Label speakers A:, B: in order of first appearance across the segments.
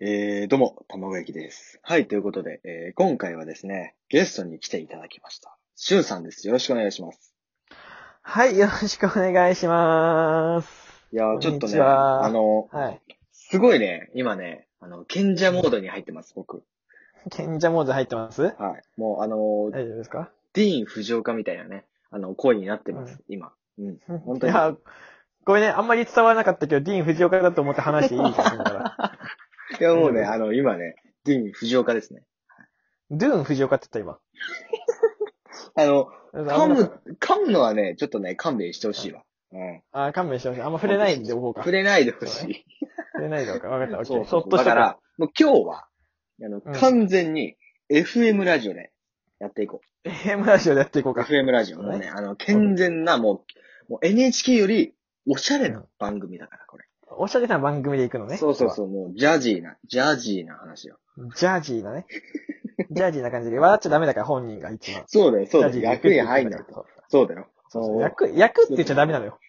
A: えー、どうも、卵焼きです。はい、ということで、えー、今回はですね、ゲストに来ていただきました。しゅんさんです。よろしくお願いします。
B: はい、よろしくお願いします。
A: いやー、ちょっ
B: ことんに
A: ね、
B: ちは
A: あの、
B: はい。
A: すごいね、今ね、あの、賢者モードに入ってます、僕。
B: 賢者モード入ってます
A: はい。もう、あの、
B: 大丈夫ですか
A: ディーン・フジオカみたいなね、あの、声になってます、今。 うん。本当
B: い
A: に。
B: や、ごめんね、あんまり伝わらなかったけど、ディーン・藤岡だと思って話していいですだ から。
A: いや、もうね、
B: うん
A: あの、今ね、ディーン・フジオカですね。
B: ドゥーン・藤岡って言った
A: あの、噛
B: 今。危なか
A: む、噛むのはね、ちょっとね、勘弁してほしいわ。うん。
B: った。あ、勘弁してほしい。あんま触れないでおこうか。
A: 触
B: 触
A: れないでほしい。
B: れないでおこうか。わかった、オッケ
A: そう
B: ー。
A: そ
B: そうっ
A: そう
B: とし
A: だか
B: たから。
A: ら、もう今日は、あの、
B: うん
A: 完全に FM ラジオでやっていこ
B: AM ラジオでやっていこう
A: う。
B: か。
A: FM ラジオのね、
B: ね
A: あの、健全な、もう、もう NHK よりおしゃれな番組だから、これ。
B: おしゃれな番組で行くのね。
A: そうそうそう、もうジャージーな、ジャージーな話よ。
B: う。ジャージーなね。ジャージーな感じで。笑っちゃダメだから、本人が一番。
A: そうだよ、そうだ
B: ジャージー
A: よ。
B: が
A: 役に入んない
B: そう
A: と。そうだよ。その
B: 役、役って言っちゃダメなのよ。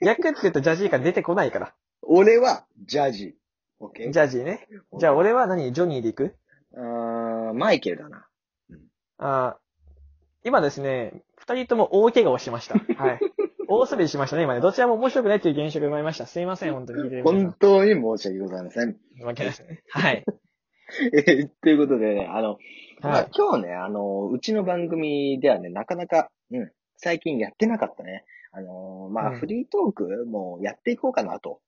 B: 役って言うとジャージーから出てこないから。
A: 俺はジャージー。オッケー
B: ジャージーね。じゃあ、俺は何ジョニーで行く
A: あーマイケルだな。
B: あー今ですね、二人とも大怪我をしました。はい。大滑りしましたね、今ね。どちらも面白くないという現象が生まれました。すいません、本当に聞いてる皆さ
A: 本当に申し訳ございません。
B: ん。負けですね。はい。
A: えーということでね、あの、ま
B: は
A: あ
B: い。
A: 今日ね、あの、うちの番組ではね、なかなか、うん、最近やってなかったね。あのー、まあ、
B: うん
A: フリートークもやっていこうかなと。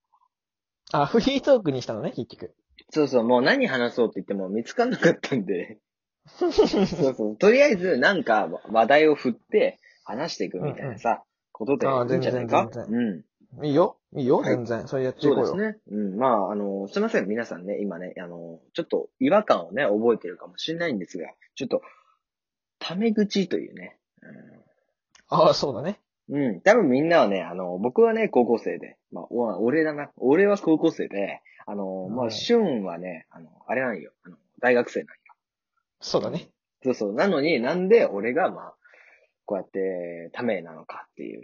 B: あ、フリートークにしたのね、結局。
A: そうそう、もう何話そうって言っても見つかんなかったん で。そうそう、とりあえずなんか話題を振って話していくみたいなさ、ことで
B: ああ
A: いいんじゃないか
B: 全然全
A: うん。
B: いいよ。いいよ、
A: はい
B: 全然。それやってい
A: そう
B: こう
A: です
B: よ。
A: ね。うん。まあ、あの、すいません、皆さんね、今ね、あの、ちょっと違和感をね、覚えてるかもしれないんですが、ちょっと、タメ口というね、うん
B: ああ、そうだね。
A: うん。多分みんなはね、あの、僕はね、高校生で、まあ、お俺だな。俺は高校生で、あの、ま
B: う
A: あ、
B: ん
A: シュンはね、あの、あれなんよ。あの、大学生なんよ。
B: そうだね。
A: そうそう。なのになんで俺が、まあ、こうやって、ためなのかっていう、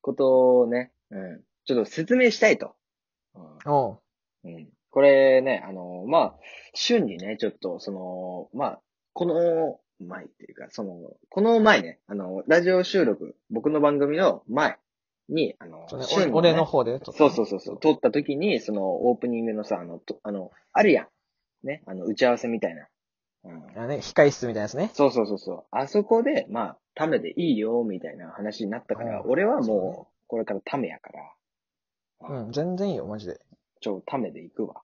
A: ことをね、うん。ちょっと説明したいと。うん
B: おう。
A: うん。これね、あの、まあ、瞬にね、ちょっと、その、まあ、この前っていうか、その、この前ね、あの、ラジオ収録、僕の番組の前に、あの
B: そう、ね
A: 瞬にね、
B: 俺の方でね。
A: そうそうそうそう、撮った時に、その、オープニングのさ、あの、とあの、あるやん。ね、あの、打ち合わせみたいな。うん。
B: あね、控室みたいなやつね。
A: そうそうそうそう。あそこで、まあ、タメでいいよ、みたいな話になったから、
B: うん
A: 俺は
B: そうね
A: もう、これからタメやから、
B: うん、全然いいよ、マジで。
A: ちょ、タメで行くわ。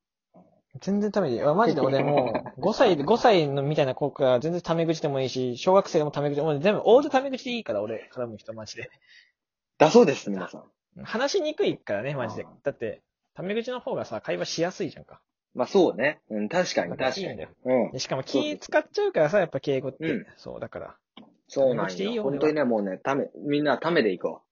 B: 全然ために、あマジで俺も う、5歳、5歳のみたいな子から全然タメ口でもいいし、小学生でもタメ口でも、全部、オールタメ口でいいから、俺からも人、マジで。
A: だそうです、皆さん。
B: 話しにくいからね、マジで
A: ああ。
B: だって、タメ口の方がさ、会話しやすいじゃんか。
A: まあそうね。うん、確かに、
B: だから
A: 確か
B: いい
A: に
B: んだよ。
A: うん。
B: でしかも
A: そうそう
B: 気使っちゃうからさ、やっぱ敬語って。
A: うん
B: そう、だから。
A: そうな
B: タメ
A: ん
B: 口でいい
A: よ。
B: よ
A: 本当にね、もうね、ため、みんなためでいこ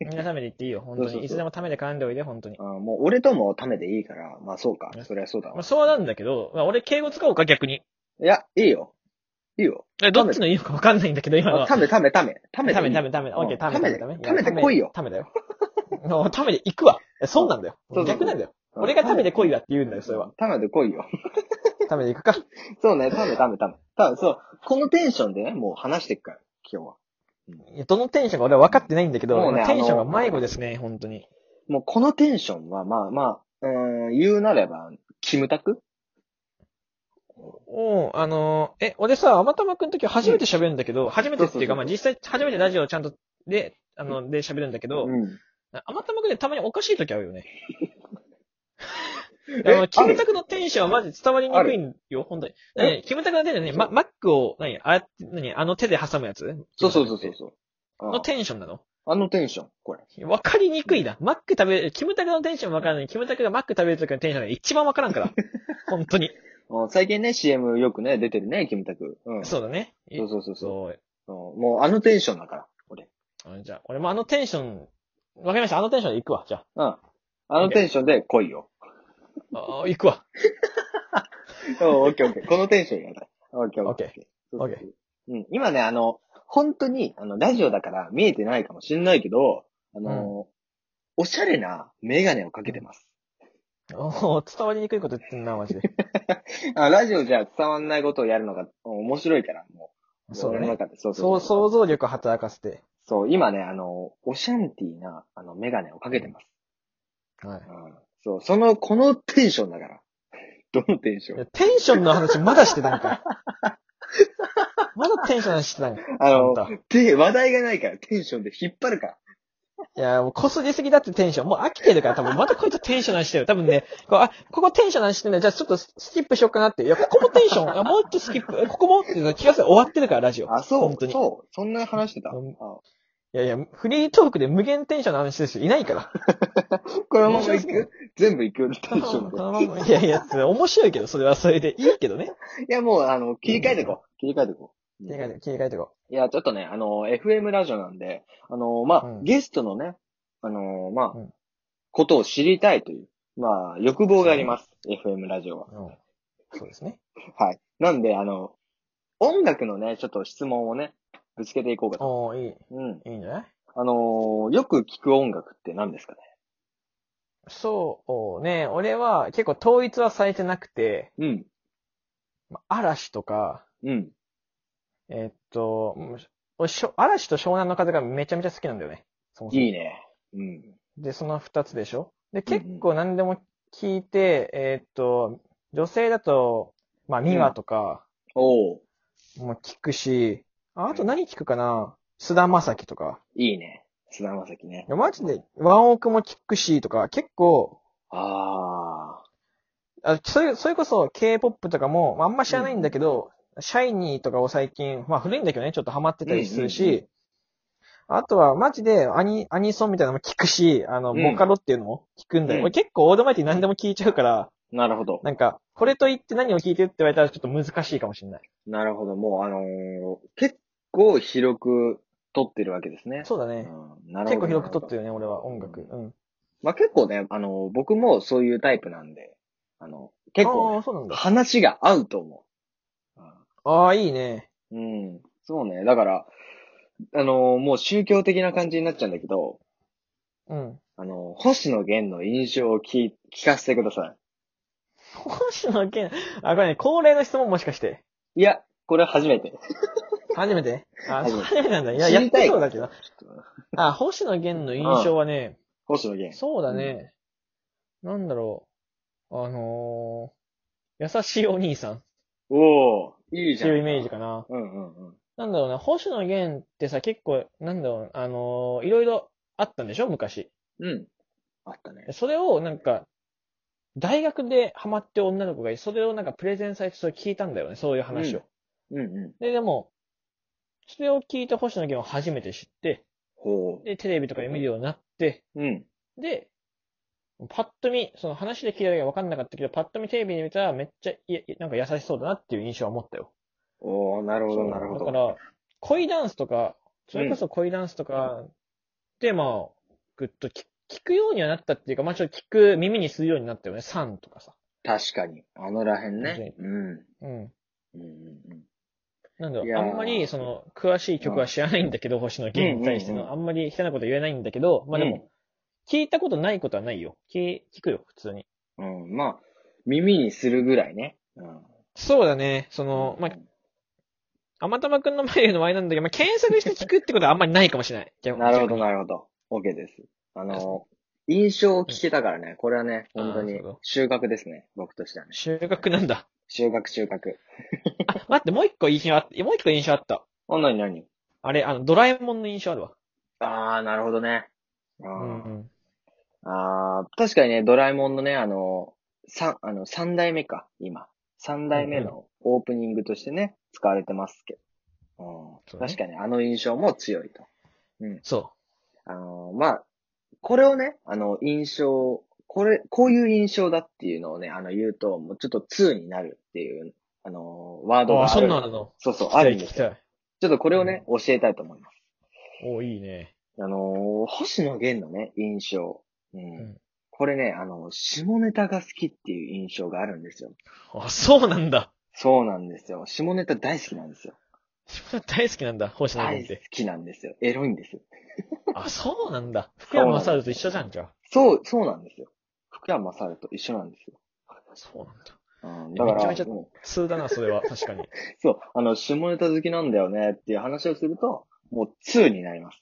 B: みんなタメで言ってい いよ、本当
A: そうそうそう
B: に。いつでもタメで絡んでおいで、本当に
A: う。。あもう俺ともためでいいから、まあそうか。
B: ね
A: そりゃそうだ
B: まあ、
A: わ。
B: そうなんだけど、まあ、俺敬語使おうか、逆に。
A: いや、いいよ。いい よ。
B: え、どっちのいいのかわかんないんだけど、今のは。
A: ためためため。た
B: タ
A: め
B: メ、
A: でい
B: タ
A: い
B: メ、タメ、タメ。オッケー、タメ、タメ、
A: タ
B: タ
A: メ
B: メ
A: で。タメで来いよ
B: タメだよ。もうタメで行くわ。えそうなんだよ
A: そうそう。そう
B: 逆なんだよ。
A: うん
B: 俺がタメで来いわって言うんだよ、それは。。
A: ためで来いよ。
B: タメで行くか。
A: そうね、ためためため。たそう。このテンションでね、もう話していくから、今日は。
B: いや、どのテンションか俺は分かってないんだけど、
A: もうね
B: まあテンショ
A: あ
B: ンが
A: の
B: 迷子ですね、本当に。
A: もうこのテンションは、まあまあ、うーん、言うなれば、キムタク
B: おうあのーえ、俺さ、あまたまくん時初めて喋るんだけど、初めてっていう
A: そうそうそう
B: か、まあ実際初めてラジオちゃんと、で、あの、で喋るんだけど、
A: うん。
B: あまたまくんでたまにおかしい時ある よね。
A: え
B: あの、キムタクのテンションはマジ伝わりにくいんよ、本当に。
A: え
B: ねキムタクのテンションね、まマックを、何、あ、何、あの手で挟むやつ
A: そうそうそうそう。そう。
B: の
A: あ
B: テンションなの
A: あのテンション、これ。
B: わかりにくいな。マック食べ、キムタクのテンションわからない。キムタクがマック食べるときのテンションが一番わからん から。本当に。
A: うん最近ね、CM よくね、出てるね、キムタク。うん。
B: そうだね。い
A: そうそうそうそう
B: そう。
A: うんもうあのテンションだから、俺。
B: あじゃあ、俺もあのテンション、わかりました。あのテンションで行くわ。じゃ
A: うん。あのテンションで来いよ。
B: あ。あー行くわ。
A: うんオッケーオッケー。このテンションやだ。オッケーオッケー。
B: オッケー
A: そうそうそううん。今ね、あの、本当に、あの、ラジオだから見えてないかもしれないけど、あの、おしゃれなメガネをかけてます。
B: おー伝わりにくいこと言ってんな、マジで。
A: あラジオじゃ伝わんないことをやるのが面白いから、もう。
B: そう
A: 俺の
B: ね。
A: 中で。そう
B: そ、
A: そうう
B: 想像力働かせて。
A: そう、今ね、あの、オシャンティーな、あの、メガネをかけてます。
B: はい。
A: うん。そう、その、このテンションだから。どのテンショ
B: い
A: ン
B: やテンションの話まだしてたんかい。 まだテンションの話してたんかい。
A: あの
B: あんたい
A: で、話題がないから、テンションで引っ張るから。
B: や、もうこすりすぎだってテンション。もう飽きてるから、多分またこいつテンションの話してる。多分ね、こうあ、ここテンションの話してんだ。じゃあちょっとスキップしようかなって。いや、ここもテンション。あもうちょっとスキップ。ここもっていうの気がする。終わってるから、ラジオ。
A: あ、そ
B: 本当
A: う、
B: に
A: そう、そんな話してた。あ
B: うん
A: こ
B: いやいや、フリートークで無限テンションの話ですよ。いないから。
A: のまま行く全部行くテンションで。
B: いやいや、面白いけど、それはそれでいいけどね。
A: いや、もう、あの、切り替えてこう。切り替えてこう。
B: 切り替えて、切り替えてこ
A: いや、ちょっとね、あの、FM ラジオなんで、あの、まあ、
B: うん
A: ゲストのね、あの、まあ、
B: うん
A: ことを知りたいという、まあ、欲望があります。FM ラジオは。
B: う。うん。そうですね。
A: はい。なんで、あの、音楽のね、ちょっと質問をね、ぶつけていこうかと。
B: おー、い
A: うん。
B: い、いいんじゃない
A: あのーよく聞く音楽って何ですかね
B: そうね、俺は結構統一はされてなくて、
A: うん。
B: ま嵐とか、
A: うん。
B: えっと、うん俺しょ嵐と湘南の風がめちゃめちゃ好きなんだよね。そもそも
A: いいね。うん。
B: で、その二つでしょで、
A: うんうん
B: 結構何でも聞いて、えっと、女性だと、まあ、ミワとか
A: おー
B: も聞くし、ああと何聞くかな菅田将暉とか。
A: いいね。菅田将暉ね
B: い。やマジで、ワンオークも聞くし、とか、結構、
A: あ
B: あそれそれこそ K-POP とかも、まああんま知らないんだけど、シャイニーとかを最近、まあ古いんだけどね、ちょっとハマってたりするし、
A: うんうん
B: あとはマジでアニアニソンみたいなのも聞くし、あの、
A: うん
B: ボカロっていうのも聞くんだよ。
A: うん
B: 俺結構オールマイティ何でも聞いちゃうから、
A: ー。なるほど。
B: なんか、これと言って何を聞いてるって言われたらちょっと難しいかもしれない。
A: なるほど。もう、あのー結構広く撮ってるわけですね。
B: そうだ
A: う
B: ね。
A: ん。なるほど。
B: 結構広く撮って
A: る。
B: るよね、俺は音楽。うん。
A: まあ、結構ね、あのー僕もそういうタイプなんで、あの、結構、
B: あ
A: ね
B: あ、、そうなんだ。
A: 話が合うと思う。うん
B: ああ、いいね。
A: うん。そうね。だから、あのーもう宗教的な感じになっちゃうんだけど、
B: うん。
A: あのー星野源の印象を聞聞かせてくださ
B: 星野源、あ、これね、恒例の質問もしかして。
A: い。いや、これ初めて。
B: 初めてあ、
A: 初めて
B: 初めてなんだ。いや、
A: 知
B: やっ
A: りたい
B: てそうだけど。あ、星野源の印象はね、
A: 星野源。
B: そうだね、なんだろう。あのー、優しいお兄さんっ
A: おー、いい
B: て
A: じゃん。
B: いうイメージかな。
A: うんうんうん。
B: なんだろうな、星野源ってさ、結構、なんだろう、あのー、いろいろあったんでしょ昔。
A: うん。あったね。
B: それを、なんか、大学でハマってる女の子がいてそれをなんかプレゼンされてそれ聞いたんだよね、そういう話を。
A: うんうん。
B: で、でも、それを聞いた星野源を初めて知って、
A: ほ
B: で、テレビとかで見るようになって、
A: う。うん。
B: で、パッと見、その話で聞いただけ分かんなかったけど、パッと見テレビで見たらめっちゃいや、いなんか優しそうだなっていう印象は持ったよ。
A: おー、なるほど、
B: そう
A: なるほ
B: だか
A: ど。
B: ら、恋ダンスとか、それこそ恋ダンスとかで、まあ、ぐっと聞聞くようにはなったっていうか、まあちょっと聞く、耳にするようになったよね。サンとかさ。
A: 確かに。あのらへんね。うん。
B: うん。
A: うんうんうん。
B: なんだろ、
A: いうや
B: あ
A: ー
B: んまり、その、詳しい曲は知らないんだけど、星野源に対して
A: うんうん
B: の、
A: う
B: あんまり下手なこと言えないんだけど、まあでも、聞いたことないことはないよ。聞聞くよ、普通に。
A: うん。うん。まあ、耳にするぐらいね。うん。
B: そうだね。その、まあ、あまたまくんの前で言うのはあれなんだけど、まあ、検索して聞くってことはあんまりないかもしれ ない。逆に
A: なるほど、。なるほど。OK です。あの、印象を聞けたからね、これはね、
B: あー
A: 本当
B: な
A: に
B: るほど
A: 収穫ですね、僕としてはね。
B: 収穫なんだ。
A: 収穫、収穫。
B: あ、待って、もう一個印象あった。もう一個印象あった。
A: あ、なになに
B: あれ、あの、ドラえもんの印象あるわ。
A: あー、なるほどね。あー,、
B: うん。
A: あー確かにね、ドラえもんのね、あの、三、あの、三代目か、今。三代目のオープニングとしてね、使われてますけど。う
B: そ
A: ん、
B: うね
A: 確かに、あの印象も強いと。
B: そ
A: あの、まあ、これをね、あの、印象、これ、こういう印象だっていうのをね、あの、言うと、もうちょっと2になるっていう、あの、ワー
B: う。
A: ドが
B: あ
A: あ
B: あ、
A: る。
B: そんなのあるの。
A: そうそう
B: 聞、きた
A: あ
B: い
A: るんですよ。
B: 聞き
A: ちょっとこれをね、教えたいと思います。
B: たい。おーいいね。
A: あの、星野源のね、印象。うん。
B: ん
A: これね、あの、下ネタが好きっていう印象があるんですよ。
B: あ、そうなんだ。
A: そうなんですよ。下ネタ大好きなんですよ。
B: 大好きなんだ、星野源
A: 大
B: っ
A: 好
B: て。
A: きなんですよ。エロいんですよ。
B: あ、そうなんだ。福山雅治と一緒じゃん、じゃあ
A: そう、そうなんですよ。福山雅治と一緒なんですよ。
B: そうなん
A: う
B: だ。
A: ん、だか
B: めちゃ
A: ら
B: めちゃ、
A: もう
B: 普通だな、それは。確かに。
A: そう、あの、下ネタ好きなんだよねっていう話をすると、もう2になります。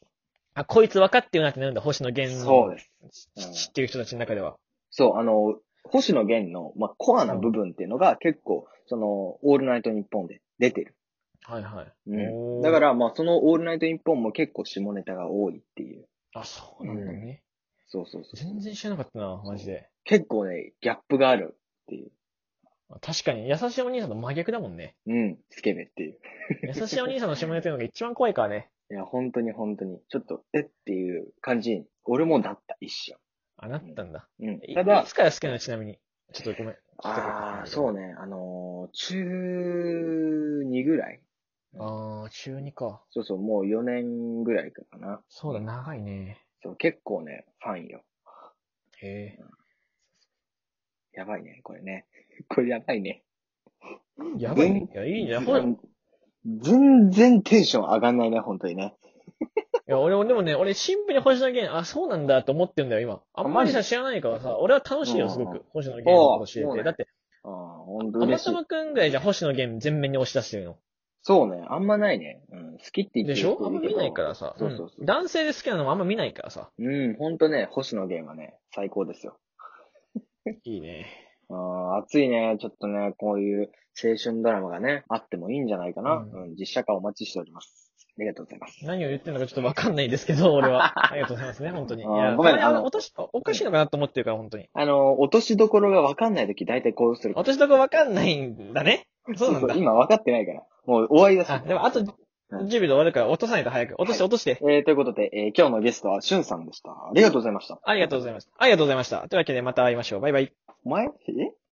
B: あ、こいつ分かってるなってなるんだ、星野源の。
A: そうです。
B: し知ってる人たちの中では。
A: そう、あの、星野源の、まあ、コアな部分っていうのが結構、その、オールナイトニッポンで出てる。
B: はいはい。
A: うん。
B: おー
A: だか、ら、まあ、そのオールナイトニッポンも結構下ネタが多いっていう。
B: あ、そうなんだね。
A: そうそうそう。
B: 全然知らなかったな、マジで。
A: 結構ね、ギャップがあるっていう。
B: 確かに、優しいお兄さんと真逆だもん ね。
A: うん、スケベっていう。
B: 優しいお兄さんの下ネタのが一番怖いからね。
A: いや、本当に本当に。ちょっと、えっていう感じに、俺もだった、一瞬。
B: あ、なったんだ。
A: うん。
B: いい
A: ただ
B: つ、から好きなのちなみに。ちょっとごめん。
A: ああ、そう
B: ね。
A: ね、あのー中2ぐらい
B: あー、中2か。
A: そうそう、もう4年ぐらいかな。
B: そうだ、長いね。
A: そう、結構ね、ファンよ。
B: へ
A: やばいね、これね。 これやばいね。
B: え。やばいね
A: 全。
B: いや、いいね。ほら、い
A: 全然テンション上がんないね、本当にね。
B: や、俺も、でもね、俺、シンプルに星野源、あ、そうなんだと思ってんだよ、今。あんまり
A: マ
B: さ、
A: ジ
B: 知らないからさ、俺は楽しいよ、すご
A: うん
B: く。星野源のこ
A: おー
B: と教
A: そう
B: え
A: ね
B: て。だって、
A: ああ、本当
B: たま
A: 嬉しい
B: た。まくんぐらいじゃ星野源全面に押し出してるの。
A: そうね、あんまないね。うん、好きって言って
B: で
A: る
B: し
A: 人。
B: ょあんま見ないかららさ。
A: そうそうそうん
B: 男性で好きなのもあんま見ないからさ。
A: うん、ほんとね、星野源はね、最高ですよ。
B: いいね。
A: あー熱いね、ちょっとね、こういう青春ドラマがね、あってもいいんじゃないかな。
B: うん
A: うん、実写化お待ちしております。ありがとうございます。
B: 何を言ってるのかちょっとわかんないんですけ ど、俺は。ありがとうございますね、本当に。い
A: あー
B: や、
A: ごめん
B: たまにあ
A: あの
B: の、おとしおかしいのかなと思ってるから、本当に。
A: あの、落としどころが分かんないとき、大体こうする。
B: 私とこわかんないんだね。そうなんだ
A: そう。今分かってないから。もう終わりです。
B: あ、でもあと10
A: うん
B: 秒で終わるから落とさないと早く。落として、
A: は
B: 落として。
A: えー、ということで、えー今日のゲストはしゅんさんでした。ありがとうございました。
B: ありがとうございました。ありがとうございました。というわけでまた会いましょう。バイバイ。
A: お前え